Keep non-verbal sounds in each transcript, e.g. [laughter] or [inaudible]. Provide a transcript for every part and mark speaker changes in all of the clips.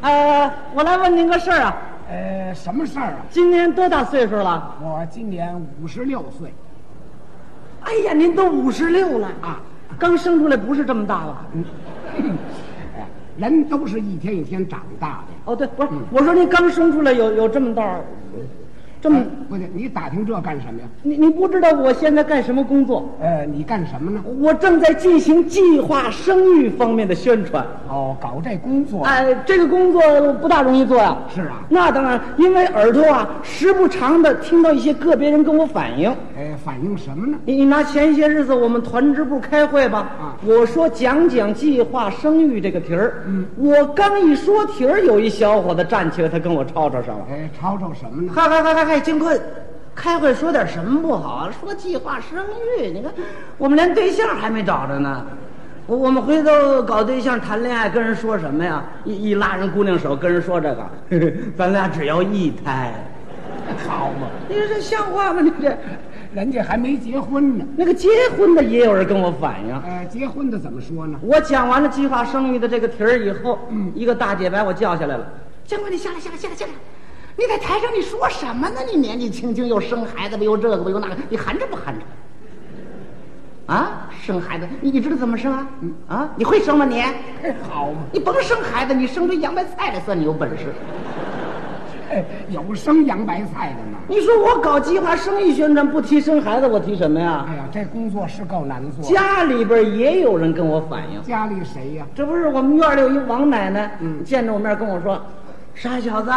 Speaker 1: 呃，我来问您个事儿啊，
Speaker 2: 呃，什么事儿啊？
Speaker 1: 今年多大岁数了？
Speaker 2: 我今年五十六岁
Speaker 1: 哎呀，您都五十六了啊，
Speaker 2: 啊，
Speaker 1: 刚生出来不是这么大了。
Speaker 2: 哎，人都是一天一天长大的。
Speaker 1: 哦，对，不是，我说您刚生出来有有这么大儿，这么，
Speaker 2: 嗯不对，你打听这干什么呀？
Speaker 1: 你你不知道我现在干什么工作？
Speaker 2: 呃，你干什么呢？
Speaker 1: 我正在进行计划生育方面的宣传。
Speaker 2: 哦，搞这工作。
Speaker 1: 哎，这个工作不大容易做呀、
Speaker 2: 是啊
Speaker 1: 那当然，因为耳朵啊，时不常的听到一些个别人跟我反映。
Speaker 2: 呃，反映什么呢？
Speaker 1: 你你拿前些日子我们团支部开会吧，
Speaker 2: 啊
Speaker 1: 我说讲讲计划生育这个题儿，
Speaker 2: 嗯，
Speaker 1: 我刚一说题儿，有一小伙子站起来，他跟我吵吵上了，
Speaker 2: 呃，吵吵什么呢？
Speaker 1: 嗨嗨嗨嗨嗨，金坤，开会说点什么不好啊？说计划生育，你看我们连对象还没找着呢，我我们回头搞对象谈恋爱，跟人说什么呀？一一拉人姑娘手，跟人说这个， [laughs] 咱俩只要一胎，
Speaker 2: 好嘛，
Speaker 1: 你说这像话吗？你这
Speaker 2: 人家还没结婚呢。
Speaker 1: 那个结婚的也有人跟我反映。
Speaker 2: 呃，结婚的怎么说呢？
Speaker 1: 我讲完了计划生育的这个题儿以后，一个大姐把我叫下来了。
Speaker 3: 姜昆，你下来，下来，下来，下来！你在台上你说什么呢？你年纪轻轻又生孩子吧，又这个吧，又那个，你含着不含着？啊，生孩子，你你知道怎么生啊？啊，你会生吗你？
Speaker 2: 哎好嘛，
Speaker 3: 你甭生孩子，你生出洋白菜来算你有本事。
Speaker 2: 哎，有生洋白菜的呢。
Speaker 1: 你说我搞计划生育宣传不提生孩子，我提什么呀？
Speaker 2: 哎呀，这工作是够难做。
Speaker 1: 家里边也有人跟我反映，
Speaker 2: 家里谁呀、
Speaker 1: 这不是我们院里有一王奶奶，
Speaker 2: 嗯
Speaker 1: 见着我面跟我说：“傻小子，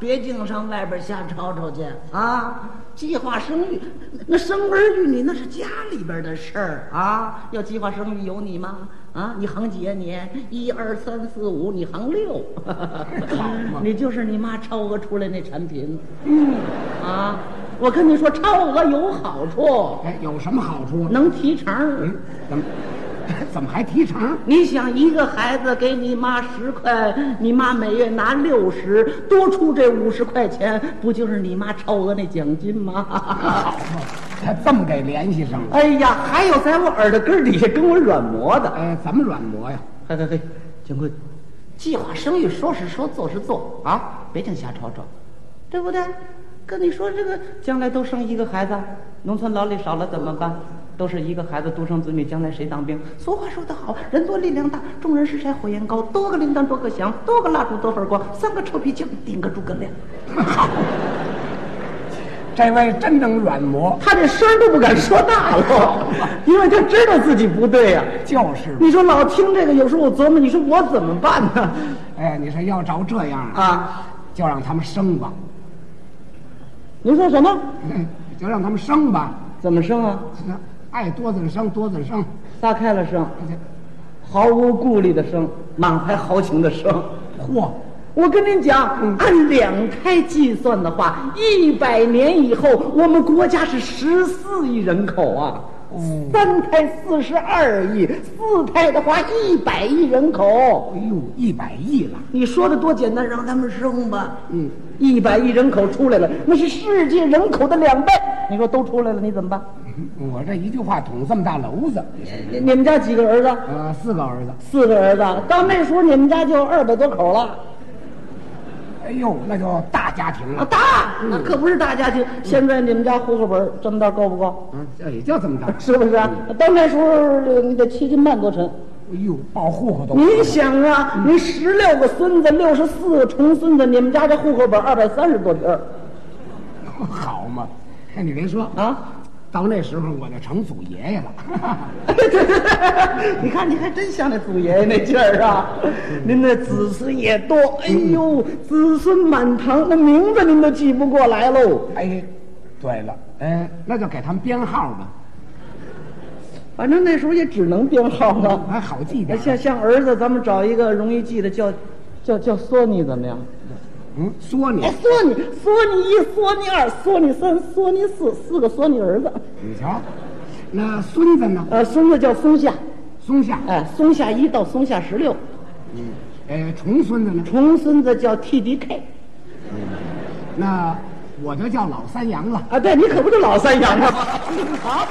Speaker 1: 别净上外边瞎吵吵去啊！计划生育，那生儿育女那是家里边的事儿啊。要计划生育有你吗？啊，你行几啊你？一二三四五，你行 [laughs] 六，
Speaker 2: 好嘛
Speaker 1: 你就是你妈超额出来那产品。嗯，啊，我跟你说，超额有好处，
Speaker 2: 哎，有什么好处？
Speaker 1: 能提成儿。
Speaker 2: 嗯，怎么 [laughs] 怎么还提成？
Speaker 1: 你想一个孩子给你妈十块，你妈每月拿六十，多出这五十块钱，不就是你妈超额那奖金吗？
Speaker 2: 哦他这么给联系上了。
Speaker 1: [laughs] 哎呀，还有在我耳朵根儿底下跟我软磨的，
Speaker 2: 呃，怎么软磨呀？
Speaker 1: 嘿嘿嘿，金贵，
Speaker 3: 计划生育说是说，做是做啊，别净瞎吵吵。
Speaker 1: 对不对？跟你说这个将来都生一个孩子，农村劳力少了怎么办？都是一个孩子独生子女，将来谁当兵？
Speaker 3: 俗话说得好，人多力量大，众人拾柴火焰高，多个铃铛多个响，多个蜡烛多份光，三个臭皮匠顶个诸葛亮。
Speaker 2: 这位真能软磨，
Speaker 1: 他这声儿都不敢说大了，因为他知道自己不对呀、
Speaker 2: 就是。
Speaker 1: 你说老听这个，有时候我琢磨，你说我怎么办呢？
Speaker 2: 哎，你说要照这样，
Speaker 1: 啊，
Speaker 2: 就让他们生吧， [laughs]
Speaker 1: 您说什么？
Speaker 2: 就让他们生吧，
Speaker 1: 怎么生啊？
Speaker 2: 爱多子生多子生，
Speaker 1: 撒开了生，毫无顾虑的生，满怀豪情的生。
Speaker 2: 嚯，
Speaker 1: 我跟您讲，按两胎计算的话，一百年以后，我们国家是十四亿人口啊，
Speaker 2: 哦
Speaker 1: 三胎四十二亿，四胎的话一百亿人口
Speaker 2: 哎。呦，一百亿了，
Speaker 1: 你说的多简单，让他们生吧。
Speaker 2: 嗯，
Speaker 1: 一百亿人口出来了，那是世界人口的两倍。你说都出来了，你怎么办？
Speaker 2: 我这一句话捅这么大篓子。
Speaker 1: 你你们家几个儿子？
Speaker 2: 呃，四个儿子，
Speaker 1: 四个儿子。到那时候你们家就二百多口了。
Speaker 2: 哎呦，那就大家庭
Speaker 1: 啊，
Speaker 2: 了，
Speaker 1: 大，那可不是大家庭。现在你们家户口本儿这么大够不够？
Speaker 2: 嗯，这也就这么大。
Speaker 1: 是不是啊？到那时候呃你得七斤半多沉。
Speaker 2: 哎呦，报户口都
Speaker 1: 您想啊，您十六个孙子，六十四个重孙子，你们家这户口本二百三十多瓶儿
Speaker 2: 好嘛？哎你别说，
Speaker 1: 啊！ [laughs]
Speaker 2: 到那时候我就成祖爷爷了。
Speaker 1: 你看，你还真像那祖爷爷那劲儿啊！您那子孙也多，哎呦，子孙满堂，那名字您都记不过来喽。
Speaker 2: 哎，对了，哎，那就给他们编号吧，
Speaker 1: 反正那时候也只能编号了。
Speaker 2: 还好记
Speaker 1: 哎
Speaker 2: 点。
Speaker 1: 像像儿子，咱们找一个容易记的，叫叫叫索尼怎么样？
Speaker 2: 嗯，说你
Speaker 1: 哎，，索尼，索尼一，索尼二，索尼三，索尼四，四个索尼儿子。
Speaker 2: 你瞧，那孙子呢？
Speaker 1: 呃，孙子叫松下，
Speaker 2: 松下，
Speaker 1: 哎，松下一到松下十六，
Speaker 2: 哎呃，重孙子呢？
Speaker 1: 重孙子叫 TDK，
Speaker 2: 那我就叫老三阳了。
Speaker 1: 啊，对你可不就老三阳了吗？ [laughs] 好，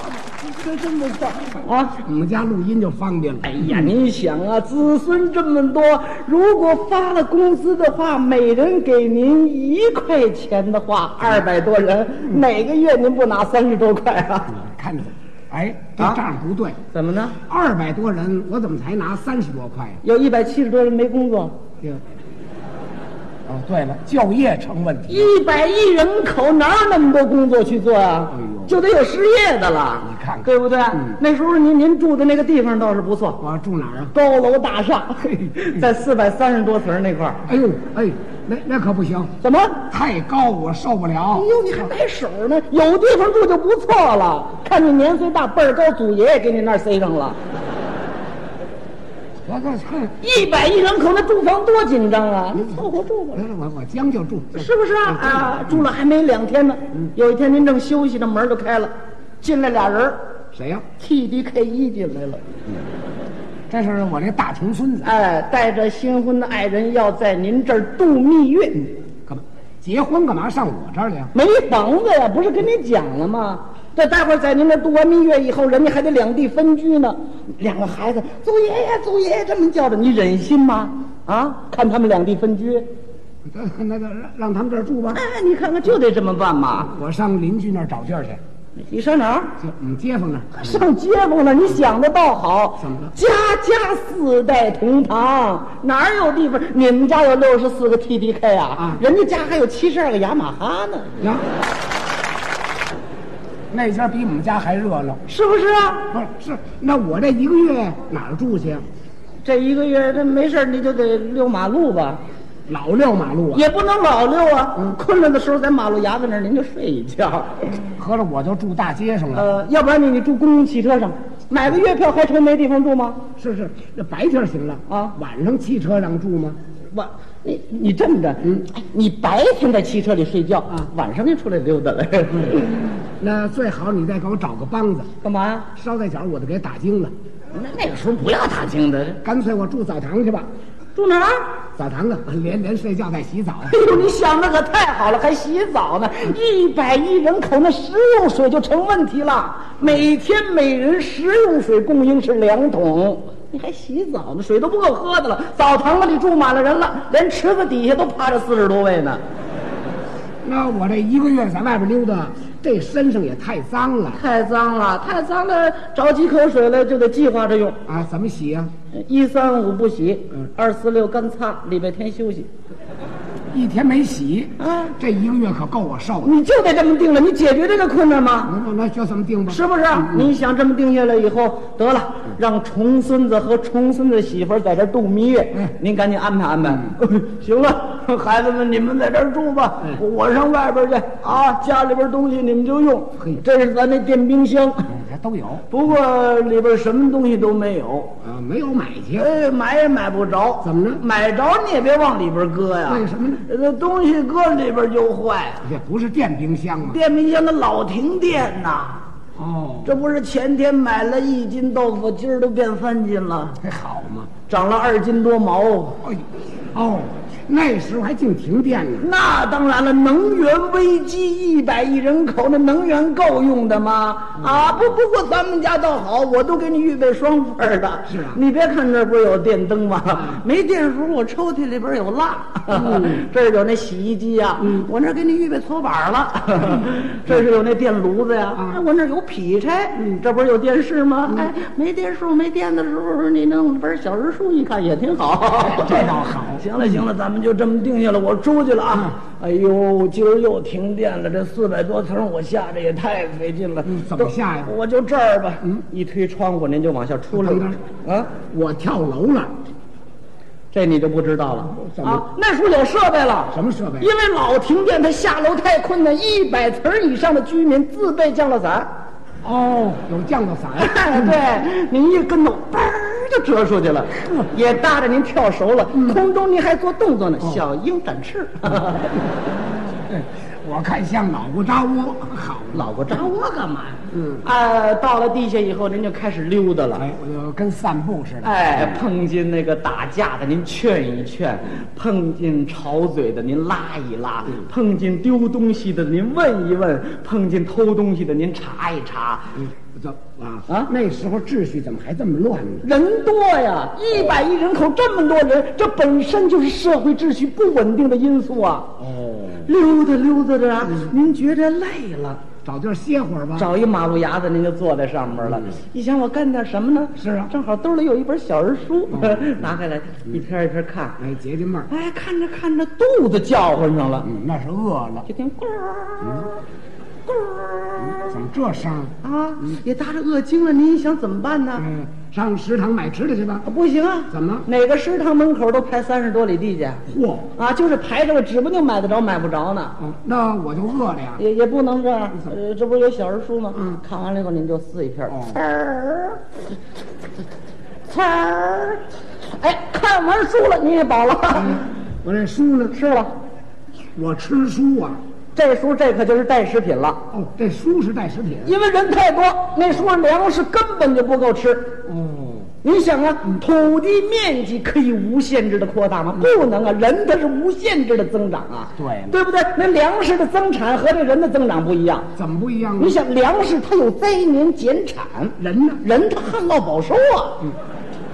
Speaker 1: 这真不错啊！
Speaker 2: 我们家录音就方便了。
Speaker 1: 哎呀，你想啊，子孙这么多，如果发了工资的话，每人给您一块钱的话，二百多人，每个月您不拿三十多块啊？
Speaker 2: 看着，哎，这
Speaker 1: 啊
Speaker 2: 账不对，
Speaker 1: 怎么呢？
Speaker 2: 二百多人，我怎么才拿三十多块啊呀、
Speaker 1: 有一百七十多人没工作，
Speaker 2: 哦，对了，就业成问题。
Speaker 1: 一百亿人口哪有那么多工作去做啊？
Speaker 2: 哎呦
Speaker 1: 就得有失业的了，
Speaker 2: 你看看
Speaker 1: 对不对？那时候您您住的那个地方倒是不错，
Speaker 2: 我住哪儿啊？
Speaker 1: 高楼大厦，在四百三十多层那块儿。
Speaker 2: 哎呦，哎，那那可不行，
Speaker 1: 怎么？
Speaker 2: 太高我受不了
Speaker 1: 哎。呦，你还买手呢？有地方住就不错了。看你年岁大，辈儿高，祖爷爷给你那儿塞上了。
Speaker 2: 我这哼，
Speaker 1: 一百亿人口，那住房多紧张啊！您凑合住吧。
Speaker 2: 我我我将就住，
Speaker 1: 是不是啊？啊，住了还没两天呢。有一天您正休息呢，门儿就开了，进来俩人儿
Speaker 2: 谁呀、
Speaker 1: ，TDK 一进来了，
Speaker 2: 这是我这大堂孙子，
Speaker 1: 哎，带着新婚的爱人要在您这儿度蜜月，
Speaker 2: 干嘛结婚干嘛上我这儿来呀、
Speaker 1: 没房子呀，不是跟你讲了吗？这待会儿在您那儿度完蜜月以后，人家还得两地分居呢，两个孩子，祖爷爷，祖爷爷这么叫着，你忍心吗？啊，看他们两地分居，
Speaker 2: 那那个让让他们这儿住吧
Speaker 1: 哎，，你看看就得这么办嘛。
Speaker 2: 我上邻居那儿找地儿去，
Speaker 1: 你上哪儿？
Speaker 2: 就我们街坊那儿。
Speaker 1: 上街坊了，你想的倒好，
Speaker 2: 怎么了
Speaker 1: 家家四代同堂，哪儿有地方？你们家有六十四个 TDK 啊，
Speaker 2: 啊
Speaker 1: 人家家还有七十二个雅马哈呢，
Speaker 2: 呀，那家比我们家还热闹。
Speaker 1: 是不是啊？
Speaker 2: 不是，是那我这一个月哪儿住去啊？
Speaker 1: 这一个月这没事儿你就得溜马路吧，
Speaker 2: 老遛马路啊。
Speaker 1: [laughs] 也不能老溜啊。困了的时候在马路牙子那儿您就睡一 [laughs] 觉，
Speaker 2: 合着我就住大街上了。
Speaker 1: 呃，要不然你你住公共汽车上，买个月票还愁没地方住吗？
Speaker 2: 是是，那白天行了
Speaker 1: 啊
Speaker 2: 晚上汽车让住吗？
Speaker 1: 晚，你你这么着，嗯，你白天在汽车里睡觉啊，晚上就出来溜达 [laughs] 了，
Speaker 2: 那最好你再给我找个帮子，
Speaker 1: 干嘛呀、
Speaker 2: 捎带脚我就给打精了。
Speaker 1: 那那个时候不要打听的，
Speaker 2: 干脆我住澡堂去吧，
Speaker 1: 住哪儿？
Speaker 2: 澡堂子啊连连睡觉带洗澡。啊
Speaker 1: 哎 [laughs] 呦，你想的可太好了，还洗澡呢！一百亿人口，那食用水就成问题了。每天每人食用水供应是两桶，你还洗澡呢？水都不够喝的了。澡堂子里住满了人了，连池子底下都趴着四十多位呢。
Speaker 2: [laughs] 那我这一个月在外边溜达，这身上也太脏了
Speaker 1: 太脏了，太脏了，找几口水来就得计划着用。
Speaker 2: 啊！怎么洗呀、
Speaker 1: 一三五不洗，二四六干擦，礼拜天休息。
Speaker 2: 一天没洗，
Speaker 1: 啊，
Speaker 2: 这一个月可够我受的。
Speaker 1: 你就得这么定了，你解决这个困难吗？
Speaker 2: 那那就这么定吧。
Speaker 1: 是不是？
Speaker 2: 嗯
Speaker 1: 你想这么定下来以后，得了，让重孙子和重孙子媳妇儿在这儿度蜜月，
Speaker 2: 嗯
Speaker 1: 您赶紧安排安排。 [laughs] 行了，孩子们，你们在这儿住吧，
Speaker 2: 嗯
Speaker 1: 我上外边去啊，家里边东西你们就用
Speaker 2: 嘿。
Speaker 1: 这是咱那电冰箱，
Speaker 2: 嗯这都有
Speaker 1: 不过里边什么东西都没有，
Speaker 2: 啊，没有买去。
Speaker 1: 哎，买也买不着。
Speaker 2: 怎么着
Speaker 1: 买着你也别往里边搁呀。
Speaker 2: 为什么呢？
Speaker 1: 这东西搁里边就坏。啊
Speaker 2: 这不是电冰箱吗？
Speaker 1: 电冰箱它老停电呐。
Speaker 2: 哦，
Speaker 1: 这不是前天买了一斤豆腐，今儿都变三斤了，
Speaker 2: 这好嘛。
Speaker 1: 涨了二斤多毛。
Speaker 2: 哎，哦，那时候还净停电呢。
Speaker 1: 那当然了，能源危机，一百亿人口，那能源够用的吗？
Speaker 2: 嗯
Speaker 1: 啊，不，不过咱们家倒好，我都给你预备双份儿的。
Speaker 2: 是啊嗯
Speaker 1: 你别看这不是有电灯吗？没电的时候，我抽屉里边有蜡，
Speaker 2: 嗯
Speaker 1: [laughs] 这儿有那洗衣机呀，我那儿给你预备搓板儿
Speaker 2: 嗯
Speaker 1: 了， [laughs] 这是有那电炉子呀，哎我那儿有劈柴，
Speaker 2: 嗯
Speaker 1: 这不是有电视吗？哎，没电视没电的时候，你弄本小人书一看也挺好。
Speaker 2: 哎这倒好
Speaker 1: 行了
Speaker 2: 嗯
Speaker 1: 行了，咱们就这么定下了。我出去了啊！哎呦，今儿又停电了，这四百多层我下着也太费劲了。
Speaker 2: 嗯怎么下呀
Speaker 1: 都我就这儿吧。嗯，一推窗户您就往下出来了
Speaker 2: 等
Speaker 1: 啊！
Speaker 2: 我跳楼了，
Speaker 1: 这你就不知道了
Speaker 2: 怎么
Speaker 1: 啊！那时候有设备了，
Speaker 2: 什么设备
Speaker 1: 因为老停电，它下楼太困难，一百层以上的居民自备降落伞。
Speaker 2: 哦，有降落伞，
Speaker 1: [laughs]
Speaker 2: 嗯
Speaker 1: 对，您一跟头，嘣儿就折出去了，
Speaker 2: 嗯
Speaker 1: 也搭着您
Speaker 2: 哦嗯
Speaker 1: 跳熟了，空中您还做动作呢，小鹰展翅。
Speaker 2: 我看像脑不扎窝，好了，
Speaker 1: 老婆找我干嘛呀？
Speaker 2: 嗯
Speaker 1: 啊，到了地下以后，您就开始溜达了。
Speaker 2: 哎，我就跟散步似的。
Speaker 1: 哎，碰见那个打架的，您劝一劝；碰见吵嘴的，您拉一拉；
Speaker 2: 嗯
Speaker 1: 碰见丢东西的，您问一问；碰见偷东西的，您查一查。
Speaker 2: 嗯，怎啊
Speaker 1: 啊
Speaker 2: 那时候秩序怎么还这么乱呢？
Speaker 1: 人多呀，一百亿人口这么多人，这本身就是社会秩序不稳定的因素啊。
Speaker 2: 哦，嗯
Speaker 1: 溜达溜达着啊，您觉着累了，
Speaker 2: 找地儿歇会儿吧。
Speaker 1: 找一马路牙子，您就坐在上面了。一想我干点什么呢？
Speaker 2: 嗯是啊
Speaker 1: 正好兜里有一本小人书，
Speaker 2: 哦
Speaker 1: [laughs] 拿开来一篇一篇看。
Speaker 2: 哎，解解闷儿。
Speaker 1: 哎，看着看着肚子叫唤上了，
Speaker 2: 嗯，那是饿了。
Speaker 1: 就听咕儿咕儿
Speaker 2: 怎么这声儿？
Speaker 1: 啊，也搭着饿精了。您一想怎么办呢？
Speaker 2: 嗯，上食堂买吃的去吧
Speaker 1: 啊。不行啊，
Speaker 2: 怎么
Speaker 1: 哪个食堂门口都排三十多里地去？
Speaker 2: 嚯，
Speaker 1: 啊，就是排着，指不定买得着，买不着呢。
Speaker 2: 哦，那我就饿了呀。
Speaker 1: 也也不能这样，呃，这不是有小人书吗？
Speaker 2: 嗯
Speaker 1: 看完了以后您就撕一片儿
Speaker 2: 哦，
Speaker 1: 呲儿，呲儿，哎，看完书了你也饱了，
Speaker 2: 我这书呢？
Speaker 1: 吃了，
Speaker 2: 我吃书啊。
Speaker 1: [laughs] 这书这可就是带食品了，
Speaker 2: 哦，这书是带食品。
Speaker 1: 因为人太多，那时候粮食根本就不够吃。
Speaker 2: 哦，
Speaker 1: 你想啊，土地面积可以无限制的扩大吗？不能啊，人它是无限制的增长啊，
Speaker 2: 嗯对了
Speaker 1: 对不对？那粮食的增产和这人的增长不一样。
Speaker 2: 怎么不一样呢
Speaker 1: 你？想，粮食它有灾年减产，
Speaker 2: 人呢？
Speaker 1: 人他旱涝保收啊，
Speaker 2: 嗯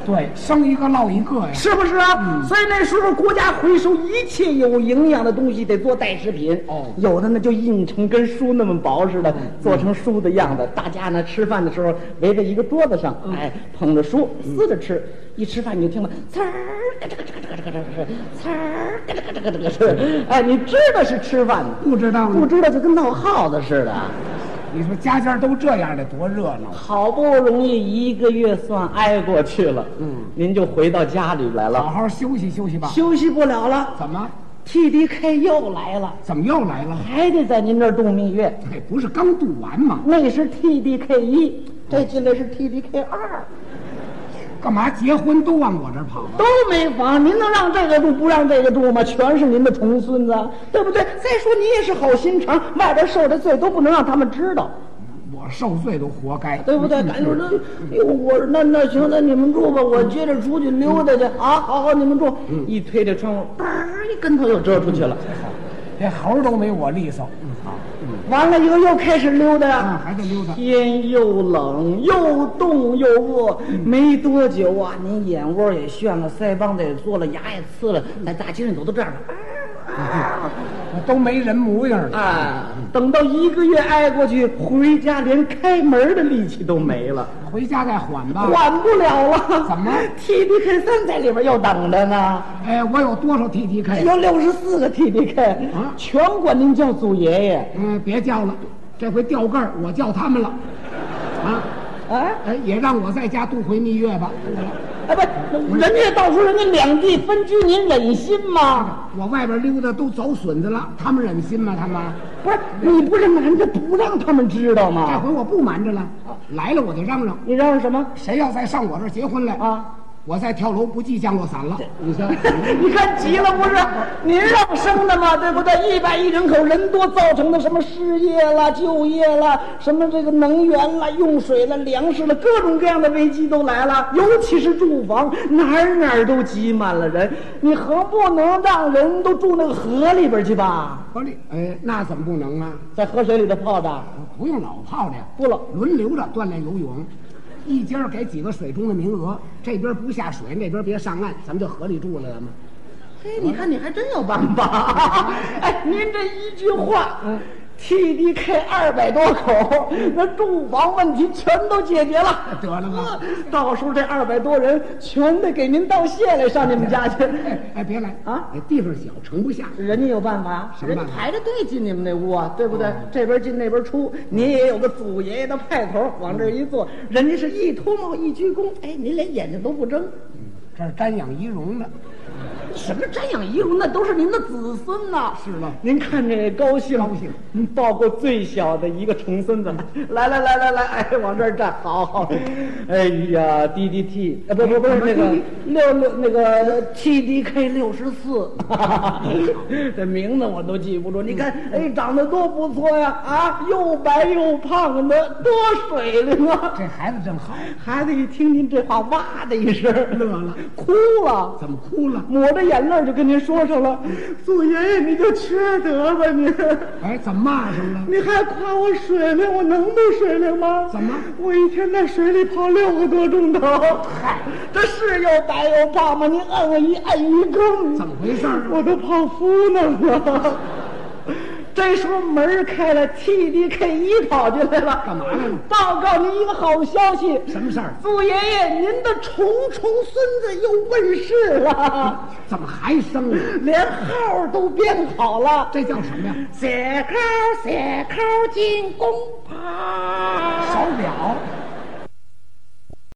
Speaker 2: 对，生一个落一个呀。
Speaker 1: 是不是啊？
Speaker 2: 嗯
Speaker 1: 所以那时候国家回收一切有营养的东西得做代食品。
Speaker 2: 哦嗯
Speaker 1: 有的呢就印成跟书那么薄似的，做成书的样子。大家呢吃饭的时候围着一个桌子上，
Speaker 2: 嗯
Speaker 1: 哎，捧着书撕着吃。一吃饭你就听到呲儿咯吱咯吱咯吱咯吱咯吱，呲儿咯吱咯吱咯吱咯吱。
Speaker 2: 嗯
Speaker 1: 哎，你知道是吃饭呢，
Speaker 2: 不知道
Speaker 1: 不
Speaker 2: 呢。
Speaker 1: 知道就跟闹耗子似的。
Speaker 2: 嗯你说家家都这样的，多热闹。
Speaker 1: 好不容易一个月算挨过去了，嗯，您就回到家里来
Speaker 2: 好
Speaker 1: 了，
Speaker 2: 好休息休息吧。
Speaker 1: 休息不了了
Speaker 2: 怎么？
Speaker 1: ，TDK 又来了，
Speaker 2: 怎么又来了？
Speaker 1: 还得在您这儿度蜜月。
Speaker 2: 哎，不是刚度完吗？
Speaker 1: 那是 TDK 一，这进来是 TDK 二，
Speaker 2: 干嘛结婚都往我这儿跑啊？
Speaker 1: 都没房，您能让这个住不让这个住吗？全是您的童孙子，对不对？再说你也是好心肠，外边受的罪都不能让他们知道。
Speaker 2: 我受罪都活该，
Speaker 1: 对不对？赶紧说，那哟哎我那那行，那你们住吧，我接着出去溜达去啊！好好，你们住。一推这窗户，嘣儿一跟头又折出去了。
Speaker 2: 连猴都没我利索。
Speaker 1: 完了以后又开始溜达
Speaker 2: 啊，
Speaker 1: 呀。
Speaker 2: 还得溜达。
Speaker 1: 天又冷又冻又饿，没多久啊，您眼窝也眩了，腮帮子也做了，牙也刺了，在大街上走都这样了。
Speaker 2: 我都没人模样了。
Speaker 1: 啊，等到一个月挨过去，回家连开门的力气都没了。
Speaker 2: 回家再缓吧。
Speaker 1: 管不了啊了。
Speaker 2: 啊怎么
Speaker 1: ？TDK 三在里边又等着呢，
Speaker 2: 哎，我有多少 TTK？
Speaker 1: 有六十四个 TDK，、
Speaker 2: 啊
Speaker 1: 全管您叫祖爷爷。
Speaker 2: 嗯，别叫了，这回掉盖儿，我叫他们了。啊，
Speaker 1: 啊，
Speaker 2: 哎，也让我在家度回蜜月吧。不了
Speaker 1: 哎不，人家到时候人家两地分居，您忍心吗？
Speaker 2: 我外边溜达都走损子了，他们忍心吗？他们，
Speaker 1: 不是，你不是瞒着不让他们知道
Speaker 2: 这
Speaker 1: 吗？
Speaker 2: 回我不瞒着了，来了我就嚷嚷，
Speaker 1: 你嚷嚷什么
Speaker 2: 谁要再上我这儿结婚来，
Speaker 1: 啊？
Speaker 2: 我再跳楼不系降落伞了。你看，
Speaker 1: [laughs] 你看急了不是？您让生的嘛，对不对？一百亿人口人多造成的什么失业啦、就业啦、什么这个能源啦、用水啦、粮食啦，各种各样的危机都来了，尤其是住房，哪儿哪儿都挤满了人。你何不能让人都住那个河里边去吧？
Speaker 2: 合理。哎，那怎么不能啊？
Speaker 1: 在河水里头泡着，
Speaker 2: 不用老泡着呀，
Speaker 1: 不了。
Speaker 2: 轮流着锻炼游泳，一家儿给几个水中的名额，这边不下水，那边别上岸，咱们就河里住了，咱们。
Speaker 1: 嘿，哎你看你还真有办
Speaker 2: [laughs]
Speaker 1: 法！哎，您这一句话，TDK 二百多口，那住房问题全都解决
Speaker 2: [laughs]
Speaker 1: 了。
Speaker 2: 得了吧
Speaker 1: 呵到时候这二百多人全得给您道谢来，上你们家去。
Speaker 2: 哎哎，别来
Speaker 1: 啊！
Speaker 2: 哎，地方小，盛不下。
Speaker 1: 人家有办法，
Speaker 2: 什么
Speaker 1: 人
Speaker 2: 办法
Speaker 1: 家排着队进你们那屋啊，对不对？这边进那边出，您也有个祖爷爷的派头，往这儿一坐，人家是一脱帽一鞠躬，哎，您连眼睛都不睁。
Speaker 2: 这是瞻仰仪容的，
Speaker 4: 什么瞻仰遗容，那都是您的子孙呐、
Speaker 2: 是吗？
Speaker 1: 您看着也高兴，
Speaker 2: 高兴。
Speaker 1: 您抱过最小的一个重孙子，来来来来来，哎，往这儿站，好好。哎呀，D D T，啊，不不不是那个六六那个 T D K 六十四， [laughs] 这名字我都记不住。你看，哎，长得多不错呀，啊，又白又胖的，多水灵啊！
Speaker 2: 这孩子真好，
Speaker 1: 孩子一听您这话，哇的一声
Speaker 2: 乐了，
Speaker 1: 哭了。
Speaker 2: 怎么哭了？
Speaker 1: 抹着眼泪儿就跟您说上了，祖爷爷你就缺德吧您，
Speaker 2: 哎，怎么骂上了？
Speaker 1: 你还夸我水灵，我能不水灵吗？
Speaker 2: 怎么
Speaker 1: 我一天在水里泡六个多钟头，嗨，这是又白又胖吗？您摁我一摁一更，
Speaker 2: 怎么回事啊儿
Speaker 1: 我都泡芙呢我。这时候门儿开了，T D K 一跑进来了，
Speaker 2: 干嘛来了
Speaker 1: 报告您一个好消息，
Speaker 2: 什么事儿？
Speaker 1: 祖爷爷，您的重重孙子又问世了。
Speaker 2: 怎么还生了？
Speaker 1: 连号都编好了。
Speaker 2: 这叫什么呀？
Speaker 1: 写扣写扣进宫旁，